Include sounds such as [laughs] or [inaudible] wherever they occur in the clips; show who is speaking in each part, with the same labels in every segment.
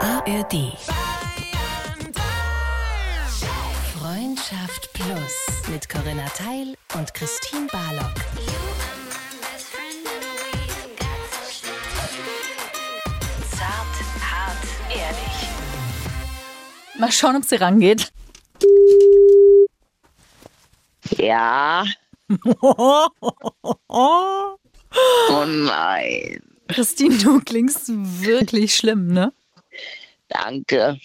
Speaker 1: ARD. Freundschaft Plus mit Corinna Teil und Christine Barlock. Zart, hart, ehrlich.
Speaker 2: Mal schauen, ob sie rangeht. [laughs]
Speaker 3: Ja. oh nein.
Speaker 2: Christine, du klingst wirklich schlimm, ne?
Speaker 3: Danke.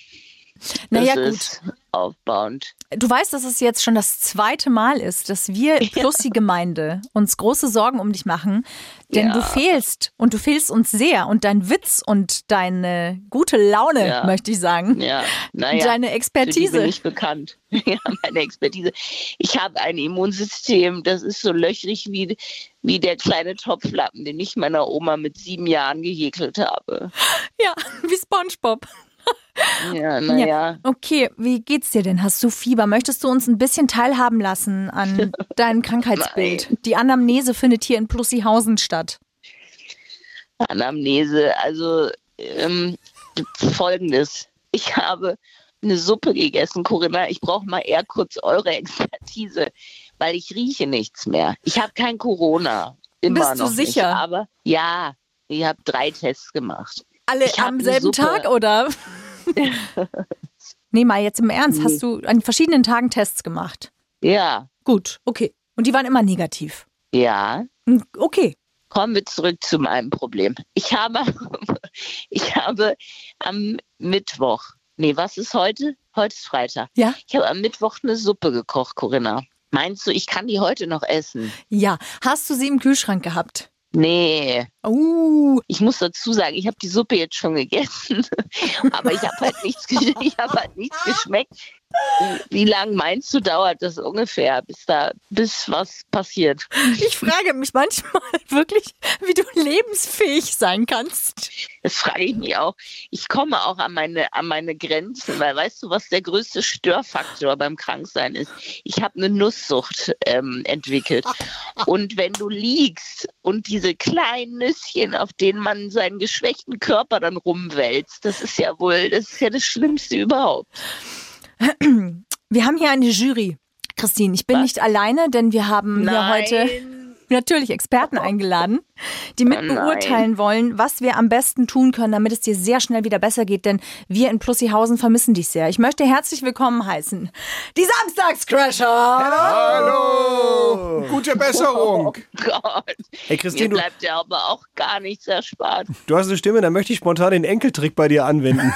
Speaker 2: Naja,
Speaker 3: das
Speaker 2: gut.
Speaker 3: ist aufbauend.
Speaker 2: Du weißt, dass es jetzt schon das zweite Mal ist,
Speaker 3: [laughs]
Speaker 2: dass wir plus die Gemeinde uns große Sorgen um dich machen, denn
Speaker 3: Ja.
Speaker 2: du fehlst und du fehlst uns sehr und dein Witz und deine gute Laune,
Speaker 3: Ja.
Speaker 2: möchte ich sagen.
Speaker 3: Ja, naja.
Speaker 2: Deine
Speaker 3: Für die bin
Speaker 2: Expertise.
Speaker 3: ich bekannt. [laughs] ja, meine Expertise. Ich habe ein Immunsystem, das ist so löchrig wie, wie der kleine Topflappen, den ich meiner Oma mit sieben Jahren gehäkelt habe.
Speaker 2: Ja, [laughs] wie SpongeBob.
Speaker 3: Ja, naja. Ja.
Speaker 2: Okay, wie geht's dir denn? Hast du Fieber? Möchtest du uns ein bisschen teilhaben
Speaker 3: [laughs]
Speaker 2: lassen an deinem Krankheitsbild? Die Anamnese findet hier in Plussihausen statt.
Speaker 3: Anamnese. Also ähm, folgendes. Ich habe eine Suppe gegessen, Corinna. Ich brauche mal eher kurz eure Expertise, weil ich rieche nichts mehr. Ich habe kein Corona. Immer
Speaker 2: Bist du
Speaker 3: noch Nicht,
Speaker 2: sicher?
Speaker 3: aber ja, ich habe drei Tests gemacht.
Speaker 2: Alle
Speaker 3: Ich hab
Speaker 2: am
Speaker 3: eine
Speaker 2: selben
Speaker 3: Suppe.
Speaker 2: Tag,
Speaker 3: [laughs]
Speaker 2: oder? nee, mal jetzt im Ernst. Hast du an verschiedenen Tagen Tests gemacht?
Speaker 3: Ja,
Speaker 2: Gut, okay. Und die waren immer negativ.
Speaker 3: ja.
Speaker 2: Hm, Okay.
Speaker 3: Kommen wir zurück zu meinem Problem. Ich habe, [laughs] ich habe am Mittwoch, nee, was ist heute? Heute ist Freitag.
Speaker 2: Ja?
Speaker 3: Ich habe am Mittwoch eine Suppe gekocht, Corinna. Meinst du, ich kann die heute noch essen?
Speaker 2: Ja. Hast du sie im Kühlschrank gehabt?
Speaker 3: Nee,
Speaker 2: Oh,
Speaker 3: ich muss dazu sagen, ich habe die Suppe jetzt schon gegessen, [laughs] aber ich habe halt nichts, gesch [laughs] ich hab halt nichts geschmeckt. Wie lange meinst du, dauert das ungefähr, bis da, bis was passiert?
Speaker 2: ich frage mich manchmal [laughs] wirklich, wie du lebensfähig sein kannst.
Speaker 3: Das frage ich mich auch. Ich komme auch an meine, an meine Grenzen, weil weißt du, was der größte Störfaktor beim Kranksein ist? Ich habe eine Nusssucht ähm, entwickelt. Und wenn du liegst und diese kleinen Nüsschen, auf denen man seinen geschwächten Körper dann rumwälzt, das ist ja wohl, das ist ja das Schlimmste überhaupt.
Speaker 2: Wir haben hier eine Jury. Christine, ich bin nicht alleine, denn wir haben hier heute natürlich Experten eingeladen, die mit
Speaker 3: Oh nein.
Speaker 2: beurteilen wollen, was wir am besten tun können, damit es dir sehr schnell wieder besser geht, denn wir in Plussihausen vermissen dich sehr. Ich möchte herzlich willkommen heißen. Die Samstagscrasher!
Speaker 4: Hallo! Gute Besserung!
Speaker 3: Gott.
Speaker 5: Hey
Speaker 3: Mir
Speaker 5: Christine, du,
Speaker 3: bleibt ja aber auch gar nichts erspart.
Speaker 5: du hast eine Stimme, da möchte ich spontan den Enkeltrick bei dir anwenden.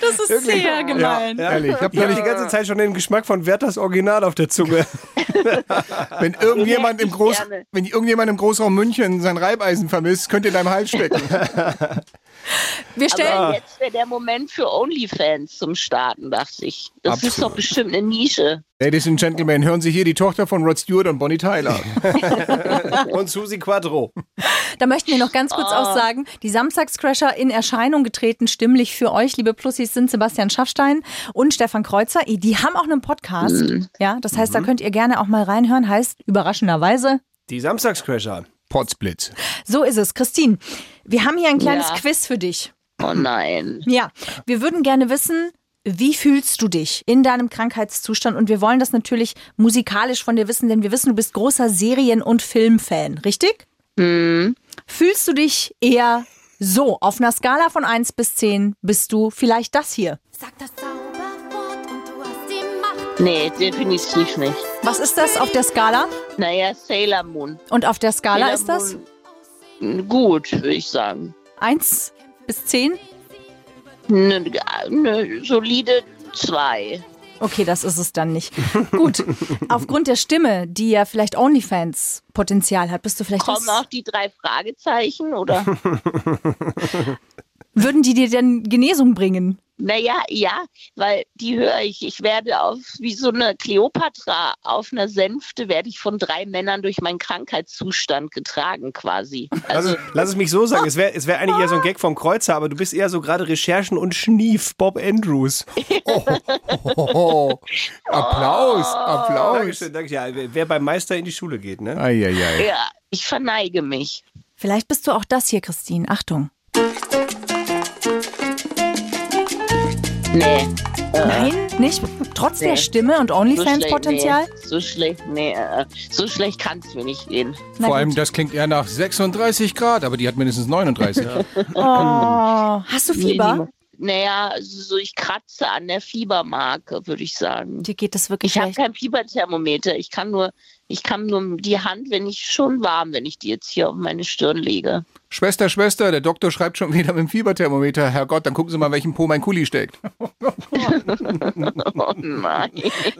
Speaker 2: Das ist sehr gemein.
Speaker 5: Ehrlich, ich habe die ganze Zeit schon den Geschmack von Werthers Original auf der Zunge. [laughs]
Speaker 4: Wenn irgendjemand, im Groß,
Speaker 3: Gerne.
Speaker 4: wenn irgendjemand im Großraum München sein Reibeisen vermisst, könnt ihr in deinem
Speaker 5: [laughs]
Speaker 4: Hals stecken.
Speaker 2: Wir
Speaker 3: Aber
Speaker 2: stellen,
Speaker 3: jetzt wäre der Moment für Onlyfans zum Starten, dachte ich. Das ist doch bestimmt eine Nische.
Speaker 4: Ladies and Gentlemen, hören Sie hier die Tochter von Rod Stewart und Bonnie Tyler.
Speaker 5: [laughs] Und Susi Quadro.
Speaker 2: da möchten wir noch ganz
Speaker 3: Oh.
Speaker 2: kurz auch sagen, die Samstagscrasher in Erscheinung getreten, stimmlich für euch, liebe Plussis, sind Sebastian Schaffstein und Stefan Kreuzer. Die haben auch einen Podcast.
Speaker 3: Mhm.
Speaker 2: Ja, das heißt, da könnt ihr gerne auch mal reinhören. Heißt überraschenderweise
Speaker 5: Die Samstagscrasher.
Speaker 4: Potsblitz.
Speaker 2: So ist es. Christine, wir haben hier ein kleines
Speaker 3: Ja.
Speaker 2: Quiz für dich.
Speaker 3: Oh nein.
Speaker 2: Ja, wir würden gerne wissen, wie fühlst du dich in deinem Krankheitszustand? Und wir wollen das natürlich musikalisch von dir wissen, denn wir wissen, du bist großer Serien- und Filmfan, richtig? Fühlst du dich eher so? Auf einer Skala von 1 bis 10 bist du vielleicht das hier.
Speaker 6: Sag das Zauberwort und du hast die Macht.
Speaker 3: Nee, definitiv nicht.
Speaker 2: Was ist das auf der Skala?
Speaker 3: Naja, Sailor Moon.
Speaker 2: Und auf der
Speaker 3: Sailor
Speaker 2: Skala ist das
Speaker 3: Moon. Gut, würde ich sagen.
Speaker 2: 1 bis 10?
Speaker 3: Eine ne, solide 2.
Speaker 2: Okay, das ist es dann nicht.
Speaker 5: [laughs]
Speaker 2: Gut, aufgrund der Stimme, die ja vielleicht OnlyFans-Potenzial hat, bist du vielleicht
Speaker 3: Kommen
Speaker 2: das,
Speaker 3: auch die drei Fragezeichen,
Speaker 2: [laughs]
Speaker 3: oder?
Speaker 2: Würden die dir denn Genesung bringen?
Speaker 3: naja, ja, weil die höre ich. Ich werde auf, wie so eine Kleopatra, auf einer Sänfte werde ich von drei Männern durch meinen Krankheitszustand getragen quasi. Also,
Speaker 2: Also
Speaker 5: Lass, es- Also, lass es mich so sagen, es wäre es wär eigentlich eher so ein Gag vom Kreuzer, aber du bist eher so gerade Recherchen und Schnief, Bob Andrews.
Speaker 4: Oh, Applaus, Applaus. Ah.
Speaker 5: Dankeschön, danke. Ja, wer beim Meister in die Schule geht, ne?
Speaker 4: Eieiei.
Speaker 3: Ja, ich verneige mich.
Speaker 2: Vielleicht bist du auch das hier, Christine. Achtung.
Speaker 3: Nee,
Speaker 2: Nein, nicht? Trotz der
Speaker 3: Äh. Nee.
Speaker 2: Stimme und
Speaker 3: so schlecht,
Speaker 2: Onlyfans-Potenzial?
Speaker 3: nee, so schlecht, nee, äh, so schlecht kann es mir nicht gehen.
Speaker 2: Na
Speaker 4: Vor allem,
Speaker 2: gut.
Speaker 4: das klingt eher nach 36 Grad, aber die hat mindestens 39. [laughs]
Speaker 2: Oh, hast du Fieber?
Speaker 3: Nee, die- Naja, so ich kratze an der Fiebermarke, würde ich sagen.
Speaker 2: Dir geht das wirklich
Speaker 3: Ich habe
Speaker 2: schlecht.
Speaker 3: kein Fieberthermometer. Ich kann nur, ich kann nur die Hand, wenn ich schon warm, wenn ich die jetzt hier auf meine Stirn lege.
Speaker 4: Schwester, Schwester, der Doktor schreibt schon wieder mit dem Fieberthermometer. Herrgott, dann gucken Sie mal, welchen Po mein Kuli steckt.
Speaker 3: Oh
Speaker 2: [laughs]
Speaker 3: nein.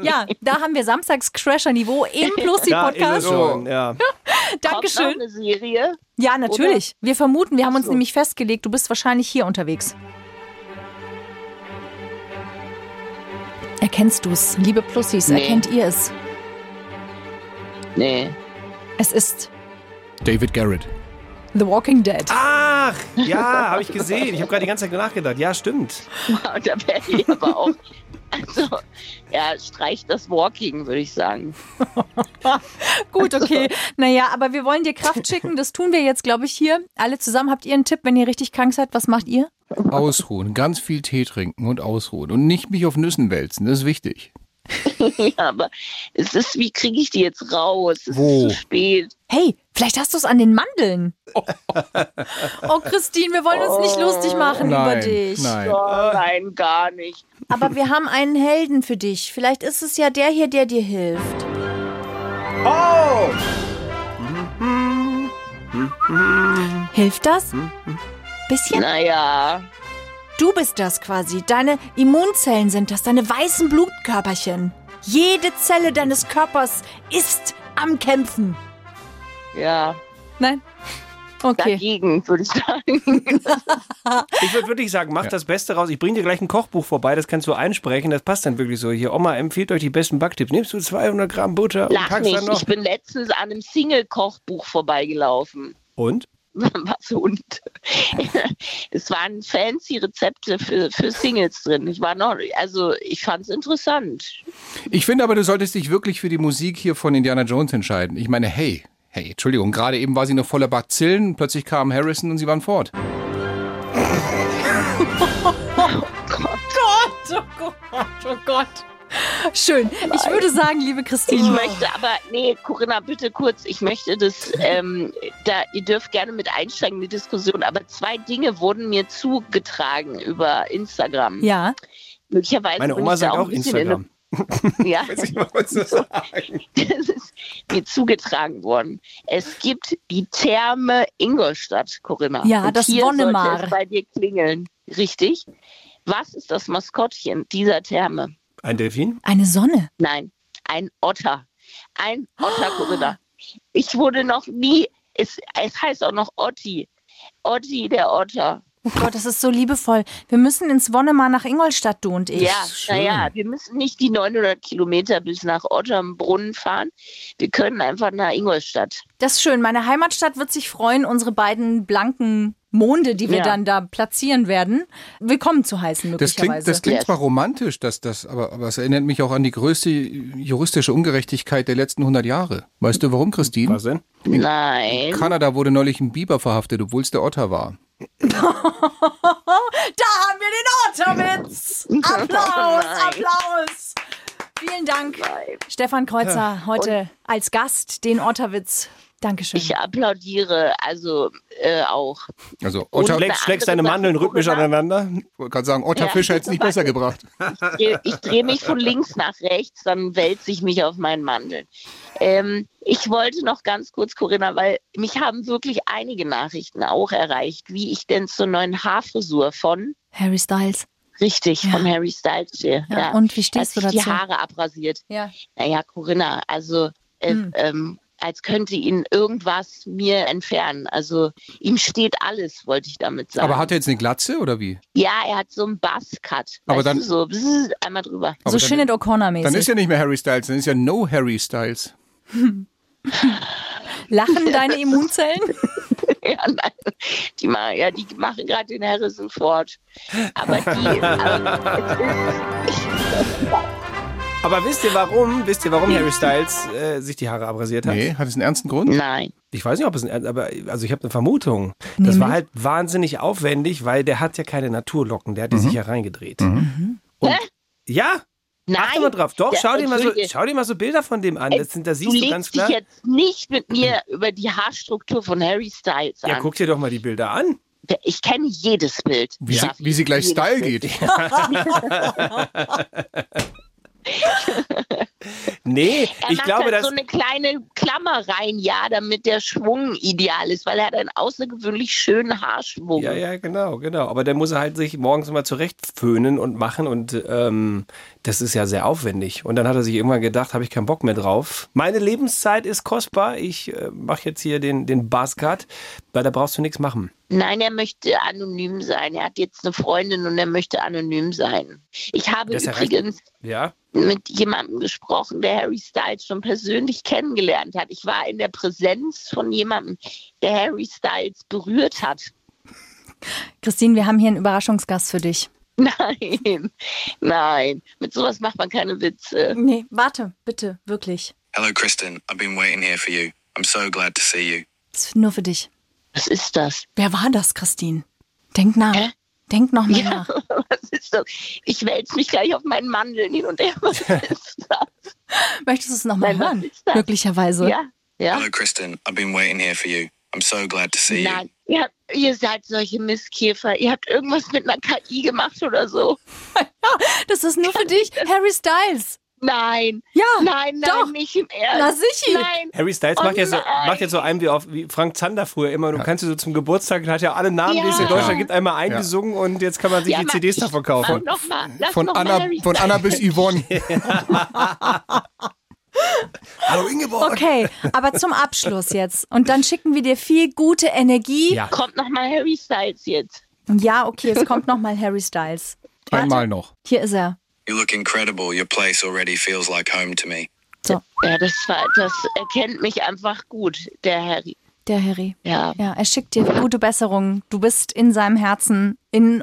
Speaker 2: Ja, da haben wir samstags Crasher-Niveau im
Speaker 5: Da ist es
Speaker 2: Plusi-Podcast.
Speaker 5: schon, ja.
Speaker 3: Kommt
Speaker 2: Dankeschön.
Speaker 3: noch eine Serie.
Speaker 2: Ja, natürlich. Wir vermuten, wir haben uns
Speaker 3: so.
Speaker 2: nämlich festgelegt, du bist wahrscheinlich hier unterwegs. Erkennst du es? Liebe Plussis,
Speaker 3: Nee.
Speaker 2: erkennt ihr es?
Speaker 3: Nee. [laughs]
Speaker 2: Es ist
Speaker 4: David Garrett.
Speaker 2: The Walking Dead.
Speaker 5: Ah, Ach, ja, habe ich gesehen. Ich habe gerade die ganze Zeit nachgedacht. Ja, stimmt.
Speaker 3: Und da wäre ich aber auch. Also, ja, streicht das Walking, würde ich sagen.
Speaker 2: Gut, [laughs] okay. Also. Naja, aber wir wollen dir Kraft schicken. Das tun wir jetzt, glaube ich, hier. Alle zusammen. Habt ihr einen Tipp, wenn ihr richtig krank seid? Was macht ihr?
Speaker 4: Ausruhen, ganz viel Tee trinken und ausruhen. Und nicht mich auf Nüssen wälzen, das ist wichtig.
Speaker 3: Ja, aber es ist, wie kriege ich die jetzt raus? Es
Speaker 4: Wo?
Speaker 3: ist zu spät.
Speaker 2: Hey, vielleicht hast du es an den Mandeln. Oh, Christine, wir wollen uns nicht lustig machen über
Speaker 4: nein,
Speaker 2: dich.
Speaker 4: nein.
Speaker 3: Oh,
Speaker 5: Äh.
Speaker 3: nein, gar nicht.
Speaker 2: Aber wir haben einen Helden für dich. Vielleicht ist es ja der hier, der dir hilft.
Speaker 5: Oh!
Speaker 2: Hilft das?
Speaker 3: Hm,
Speaker 2: Bisschen?
Speaker 3: Naja,
Speaker 2: Du bist das quasi. Deine Immunzellen sind das, deine weißen Blutkörperchen. Jede Zelle deines Körpers ist am Kämpfen.
Speaker 3: ja.
Speaker 2: Nein? Okay.
Speaker 3: Dagegen, würde ich sagen.
Speaker 5: Ich würde wirklich sagen, mach das Beste raus. Ich bringe dir gleich ein Kochbuch vorbei, das kannst du einsprechen. Das passt dann wirklich so. Hier, Oma empfiehlt euch die besten Backtipps. Nimmst du 200 Gramm Butter und
Speaker 3: Lach
Speaker 5: packst dann
Speaker 3: nicht.
Speaker 5: noch.
Speaker 3: Ich bin letztens an einem Single-Kochbuch vorbeigelaufen. [laughs]
Speaker 5: Und?
Speaker 3: was und [laughs] es waren fancy Rezepte für, für Singles drin. Ich war noch, also ich fand es interessant.
Speaker 4: Ich finde aber, du solltest dich wirklich für die Musik hier von Indiana Jones entscheiden. Ich meine, hey, hey, Entschuldigung, gerade eben war sie noch voller Bazillen, plötzlich kam Harrison und sie waren fort.
Speaker 2: Schön. Ich würde sagen, liebe
Speaker 3: Ich
Speaker 2: Christine.
Speaker 3: möchte aber, nee, Corinna, bitte kurz, ich möchte das, ähm, da, ihr dürft gerne mit einsteigen in die Diskussion, aber zwei Dinge wurden mir zugetragen über Instagram.
Speaker 2: Ja.
Speaker 3: Möglicherweise
Speaker 5: Meine
Speaker 3: bin
Speaker 5: Oma
Speaker 3: ich da
Speaker 5: sagt auch
Speaker 3: ein bisschen in
Speaker 5: Instagram.
Speaker 3: eine- [laughs] Ja,
Speaker 5: Ich wollte es nur sagen.
Speaker 3: [laughs] das ist mir zugetragen worden. Es gibt die Therme Ingolstadt, Corinna.
Speaker 2: Ja,
Speaker 3: Und
Speaker 2: das
Speaker 3: hier
Speaker 2: Wonnemar.
Speaker 3: sollte es bei dir klingeln, richtig? Was ist das Maskottchen dieser Therme?
Speaker 5: [laughs] Ein Delfin?
Speaker 2: Eine Sonne.
Speaker 3: Nein, ein Otter. Ein Otter,
Speaker 2: [gasps]
Speaker 3: Corinna. Ich wurde noch nie, es, es heißt auch noch Otti. Otti, der Otter.
Speaker 2: Oh Gott, das ist so liebevoll. Wir müssen ins Wonnemar nach Ingolstadt, du und ich.
Speaker 3: Ja,
Speaker 4: schön.
Speaker 3: naja, wir müssen nicht die 900 Kilometer bis nach Otterbrunn fahren. Wir können einfach nach Ingolstadt.
Speaker 2: Das ist schön. Meine Heimatstadt wird sich freuen, unsere beiden blanken Monde, die wir
Speaker 3: Ja.
Speaker 2: dann da platzieren werden, willkommen zu heißen,
Speaker 4: Das klingt,
Speaker 2: möglicherweise.
Speaker 4: das klingt
Speaker 3: Yes.
Speaker 4: zwar romantisch, das, das, aber, aber es erinnert mich auch an die größte juristische Ungerechtigkeit der letzten 100 Jahre. Weißt du warum, Christine?
Speaker 5: Was denn?
Speaker 3: Nein.
Speaker 4: In Kanada wurde neulich ein Biber verhaftet, obwohl es der Otter war.
Speaker 2: Oh, da haben wir den Otterwitz. Applaus,
Speaker 3: Nein.
Speaker 2: Applaus. Vielen Dank, Stefan Kreuzer, heute als Gast den Otterwitz. Dankeschön.
Speaker 3: Ich applaudiere, also äh, auch.
Speaker 4: Also
Speaker 5: Und
Speaker 4: Otter,
Speaker 5: schlägst, schlägst deine
Speaker 3: andere
Speaker 5: Mandeln
Speaker 3: Sache,
Speaker 5: rhythmisch
Speaker 3: Corinna.
Speaker 5: aneinander?
Speaker 4: ich kann sagen, Otterfisch hätte es nicht
Speaker 3: [laughs]
Speaker 4: besser gebracht.
Speaker 3: Dreh- Ich drehe mich von links nach rechts, dann wälze ich mich auf meinen Mandeln. Ähm, ich wollte noch ganz kurz, Corinna, weil mich haben wirklich einige Nachrichten auch erreicht, wie ich denn zur neuen Haarfrisur von,
Speaker 2: Harry Styles.
Speaker 3: richtig, von Harry Styles stehe.
Speaker 2: Ja, und wie stehst
Speaker 3: Als
Speaker 2: du
Speaker 3: ich die
Speaker 2: dazu?
Speaker 3: Haare abrasiert.
Speaker 2: Ja.
Speaker 3: Naja, Corinna, also äh,
Speaker 2: Hm.
Speaker 3: ähm, als könnte ihn irgendwas mir entfernen. Also ihm steht alles, wollte ich damit sagen.
Speaker 4: Aber hat er jetzt eine Glatze oder wie?
Speaker 3: Ja, er hat so einen Bass-Cut.
Speaker 4: Aber
Speaker 3: weißt
Speaker 4: dann- Oh.
Speaker 3: du, so bzzz, einmal drüber.
Speaker 2: So
Speaker 4: Aber dann-
Speaker 2: Shinnet
Speaker 4: Dann ist
Speaker 2: O'Connor-mäßig.
Speaker 4: ja nicht mehr Harry Styles, dann ist ja No Harry Styles.
Speaker 2: Lachen
Speaker 3: [laughs]
Speaker 2: deine Immunzellen?
Speaker 3: [laughs] Ja, nein. Die machen, ja, die machen gerade den Harrison Ford. Aber
Speaker 4: [laughs]
Speaker 3: die,
Speaker 5: Aber wisst ihr warum? Wisst ihr warum Harry Styles äh, sich die Haare abrasiert hat?
Speaker 4: Nee, hat es einen ernsten Grund?
Speaker 3: nein.
Speaker 5: ich weiß nicht, ob es ein Ernst, aber also ich habe eine Vermutung. Das war halt wahnsinnig aufwendig, weil der hat ja keine Naturlocken, der hat die sich ja reingedreht. Und,
Speaker 3: Hä?
Speaker 5: ja, achte
Speaker 3: Nein.
Speaker 5: mal drauf. Doch,
Speaker 3: Ja,
Speaker 5: schau dir mal so,
Speaker 3: Entschuldige. Äh,
Speaker 5: schau dir mal so Bilder von dem an. Das sind, da
Speaker 3: du
Speaker 5: siehst du
Speaker 3: legst
Speaker 5: ganz
Speaker 3: dich
Speaker 5: klar.
Speaker 3: jetzt nicht mit mir über die Haarstruktur von Harry Styles an.
Speaker 5: Ja, guck dir doch mal die Bilder an.
Speaker 3: Ich kenne jedes Bild.
Speaker 4: Wie, sie, wie sie gleich
Speaker 3: Jedes
Speaker 4: Style
Speaker 3: Bild.
Speaker 4: geht.
Speaker 3: [laughs]
Speaker 5: Nee,
Speaker 3: Er
Speaker 5: ich
Speaker 3: macht
Speaker 5: glaube,
Speaker 3: halt
Speaker 5: dass
Speaker 3: so eine kleine Klammer rein, ja, damit der Schwung ideal ist, weil er hat einen außergewöhnlich schönen Haarschwung.
Speaker 5: Ja, ja, genau, genau. Aber der muss er halt sich morgens mal zurechtföhnen und machen und ähm, das ist ja sehr aufwendig. Und dann hat er sich irgendwann gedacht, habe ich keinen Bock mehr drauf. Meine Lebenszeit ist kostbar. Ich äh, mache jetzt hier den, den Buzzcut, weil da brauchst du nichts machen.
Speaker 3: Nein, er möchte anonym sein. Er hat jetzt eine Freundin und er möchte anonym sein. Ich habe
Speaker 5: Das erreicht-
Speaker 3: übrigens
Speaker 5: Ja?
Speaker 3: mit jemandem gesprochen, der Harry Styles schon persönlich kennengelernt hat. Ich war in der Präsenz von jemandem, der Harry Styles berührt hat. [laughs]
Speaker 2: Christine, wir haben hier einen Überraschungsgast für dich.
Speaker 3: Nein, nein. Mit sowas macht man keine Witze.
Speaker 2: Nee, warte, bitte, wirklich.
Speaker 7: Hello, Kristen. I've been waiting here for you. I'm so glad to see you.
Speaker 2: Das ist nur für dich.
Speaker 3: Was ist das? [laughs]
Speaker 2: Wer war das, Christine? Denk nach.
Speaker 3: Hä?
Speaker 2: Denk noch mal
Speaker 3: Ja,
Speaker 2: nach.
Speaker 3: was ist das? Ich wälze mich gleich auf meinen Mandeln hin und her.
Speaker 5: [laughs]
Speaker 3: Was ist das?
Speaker 2: Möchtest du es noch mal
Speaker 3: Nein, was
Speaker 2: hören?
Speaker 3: ist das?
Speaker 2: Möglicherweise.
Speaker 3: Ja, ja.
Speaker 7: Hello, Kristen. I've been waiting here for you. I'm so glad to see you.
Speaker 3: Nein, ihr, habt, ihr seid solche Misskäfer. Ihr habt irgendwas mit einer KI gemacht oder so.
Speaker 2: Das ist nur für dich. Harry Styles.
Speaker 3: Nein.
Speaker 2: Ja,
Speaker 3: Nein, nein,
Speaker 2: doch.
Speaker 3: nicht im Ernst.
Speaker 2: Na, sicher.
Speaker 3: Nein.
Speaker 5: Harry Styles
Speaker 3: Oh
Speaker 5: macht, ja so,
Speaker 3: nein.
Speaker 5: macht ja so einen wie, auf, wie Frank Zander früher immer. Du kannst ja so zum Geburtstag, hat ja alle Namen, die es in
Speaker 3: Ja.
Speaker 5: Deutschland gibt, einmal eingesungen und jetzt kann man sich
Speaker 3: Ja,
Speaker 5: die
Speaker 3: mach
Speaker 5: CDs
Speaker 3: ich.
Speaker 5: davon kaufen.
Speaker 3: Mach noch mal. Lass
Speaker 4: Von
Speaker 3: noch mal
Speaker 4: Anna,
Speaker 3: Harry
Speaker 4: von Anna bis Yvonne.
Speaker 5: Hallo Ingeborg!
Speaker 2: Okay, aber zum Abschluss jetzt. Und dann schicken wir dir viel gute Energie.
Speaker 5: Ja.
Speaker 3: Kommt noch mal Harry Styles jetzt.
Speaker 2: Ja, okay, es kommt noch mal Harry Styles.
Speaker 4: Einmal noch.
Speaker 2: Hier ist er.
Speaker 7: You look incredible. Your place already feels like home to me.
Speaker 3: Ja, das war, das erkennt mich einfach gut, der Harry.
Speaker 2: Der Harry.
Speaker 3: Ja.
Speaker 2: Ja, er schickt dir gute Besserung. Du bist in seinem Herzen, in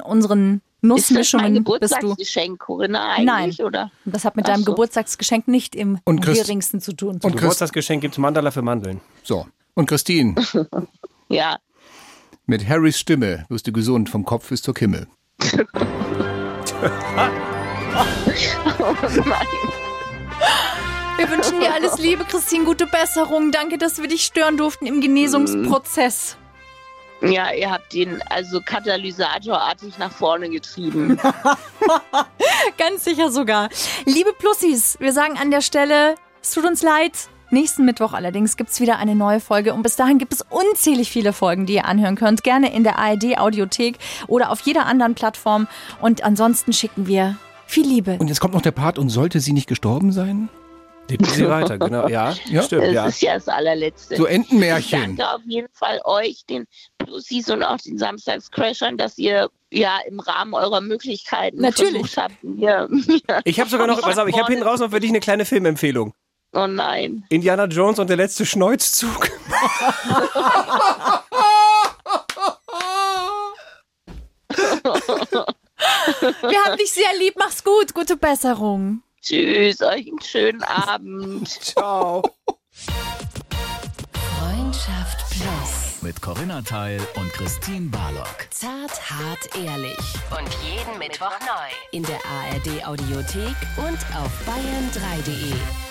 Speaker 3: Ist
Speaker 2: unseren
Speaker 3: das mein
Speaker 2: Nussmischungen bist du.
Speaker 3: Geburtstagsgeschenk, Corinna, eigentlich?
Speaker 2: Nein.
Speaker 3: Oder?
Speaker 2: Und Das hat mit
Speaker 3: Ach
Speaker 2: deinem
Speaker 3: so.
Speaker 2: Geburtstagsgeschenk nicht im
Speaker 4: Und Christ-
Speaker 2: geringsten zu tun.
Speaker 4: Und Christ,
Speaker 5: Geburtstagsgeschenk gibt es Mandala für Mandeln.
Speaker 4: so. Und
Speaker 3: [laughs]
Speaker 4: Christine,
Speaker 3: Ja.
Speaker 4: mit Harrys Stimme wirst du gesund vom Kopf bis zur Kimmel.
Speaker 3: Oh nein.
Speaker 2: wir wünschen dir alles Liebe, Christine, gute Besserung. Danke, dass wir dich stören durften im Genesungsprozess.
Speaker 3: Ja, ihr habt ihn also katalysatorartig nach vorne getrieben.
Speaker 2: Ganz sicher sogar. Liebe Plussis, wir sagen an der Stelle, es tut uns leid. Nächsten Mittwoch allerdings gibt es wieder eine neue Folge und bis dahin gibt es unzählig viele Folgen, die ihr anhören könnt. Gerne in der ARD Audiothek oder auf jeder anderen Plattform. Und ansonsten schicken wir viel Liebe.
Speaker 4: Und jetzt kommt noch der Part, und sollte sie nicht gestorben sein?
Speaker 3: [laughs]
Speaker 5: Lebt sie weiter, genau. Ja,
Speaker 4: [laughs] Ja.
Speaker 5: stimmt,
Speaker 3: Das
Speaker 5: ja.
Speaker 3: ist ja das allerletzte.
Speaker 4: So
Speaker 3: ich
Speaker 4: Entenmärchen.
Speaker 3: danke auf jeden Fall euch, den Plussis und auch den Samstagscrashern, dass ihr ja im Rahmen eurer Möglichkeiten
Speaker 2: Natürlich.
Speaker 3: versucht habt. Mir, [laughs] mir,
Speaker 5: Ich habe sogar noch,
Speaker 3: Komm, ich
Speaker 5: pass auf, ich habe
Speaker 3: vorne.
Speaker 5: hinten raus noch für dich eine kleine Filmempfehlung.
Speaker 3: oh nein.
Speaker 5: Indiana Jones und der letzte Schneuzzug.
Speaker 2: Wir haben dich sehr lieb. Mach's gut. Gute Besserung.
Speaker 3: Tschüss, euch einen schönen Abend.
Speaker 5: Ciao.
Speaker 1: Freundschaft Plus.
Speaker 8: Mit Corinna Teil und Christine Barlock.
Speaker 1: Zart, hart, ehrlich. Und jeden Mittwoch neu. In der ARD-Audiothek und auf bayern3.de.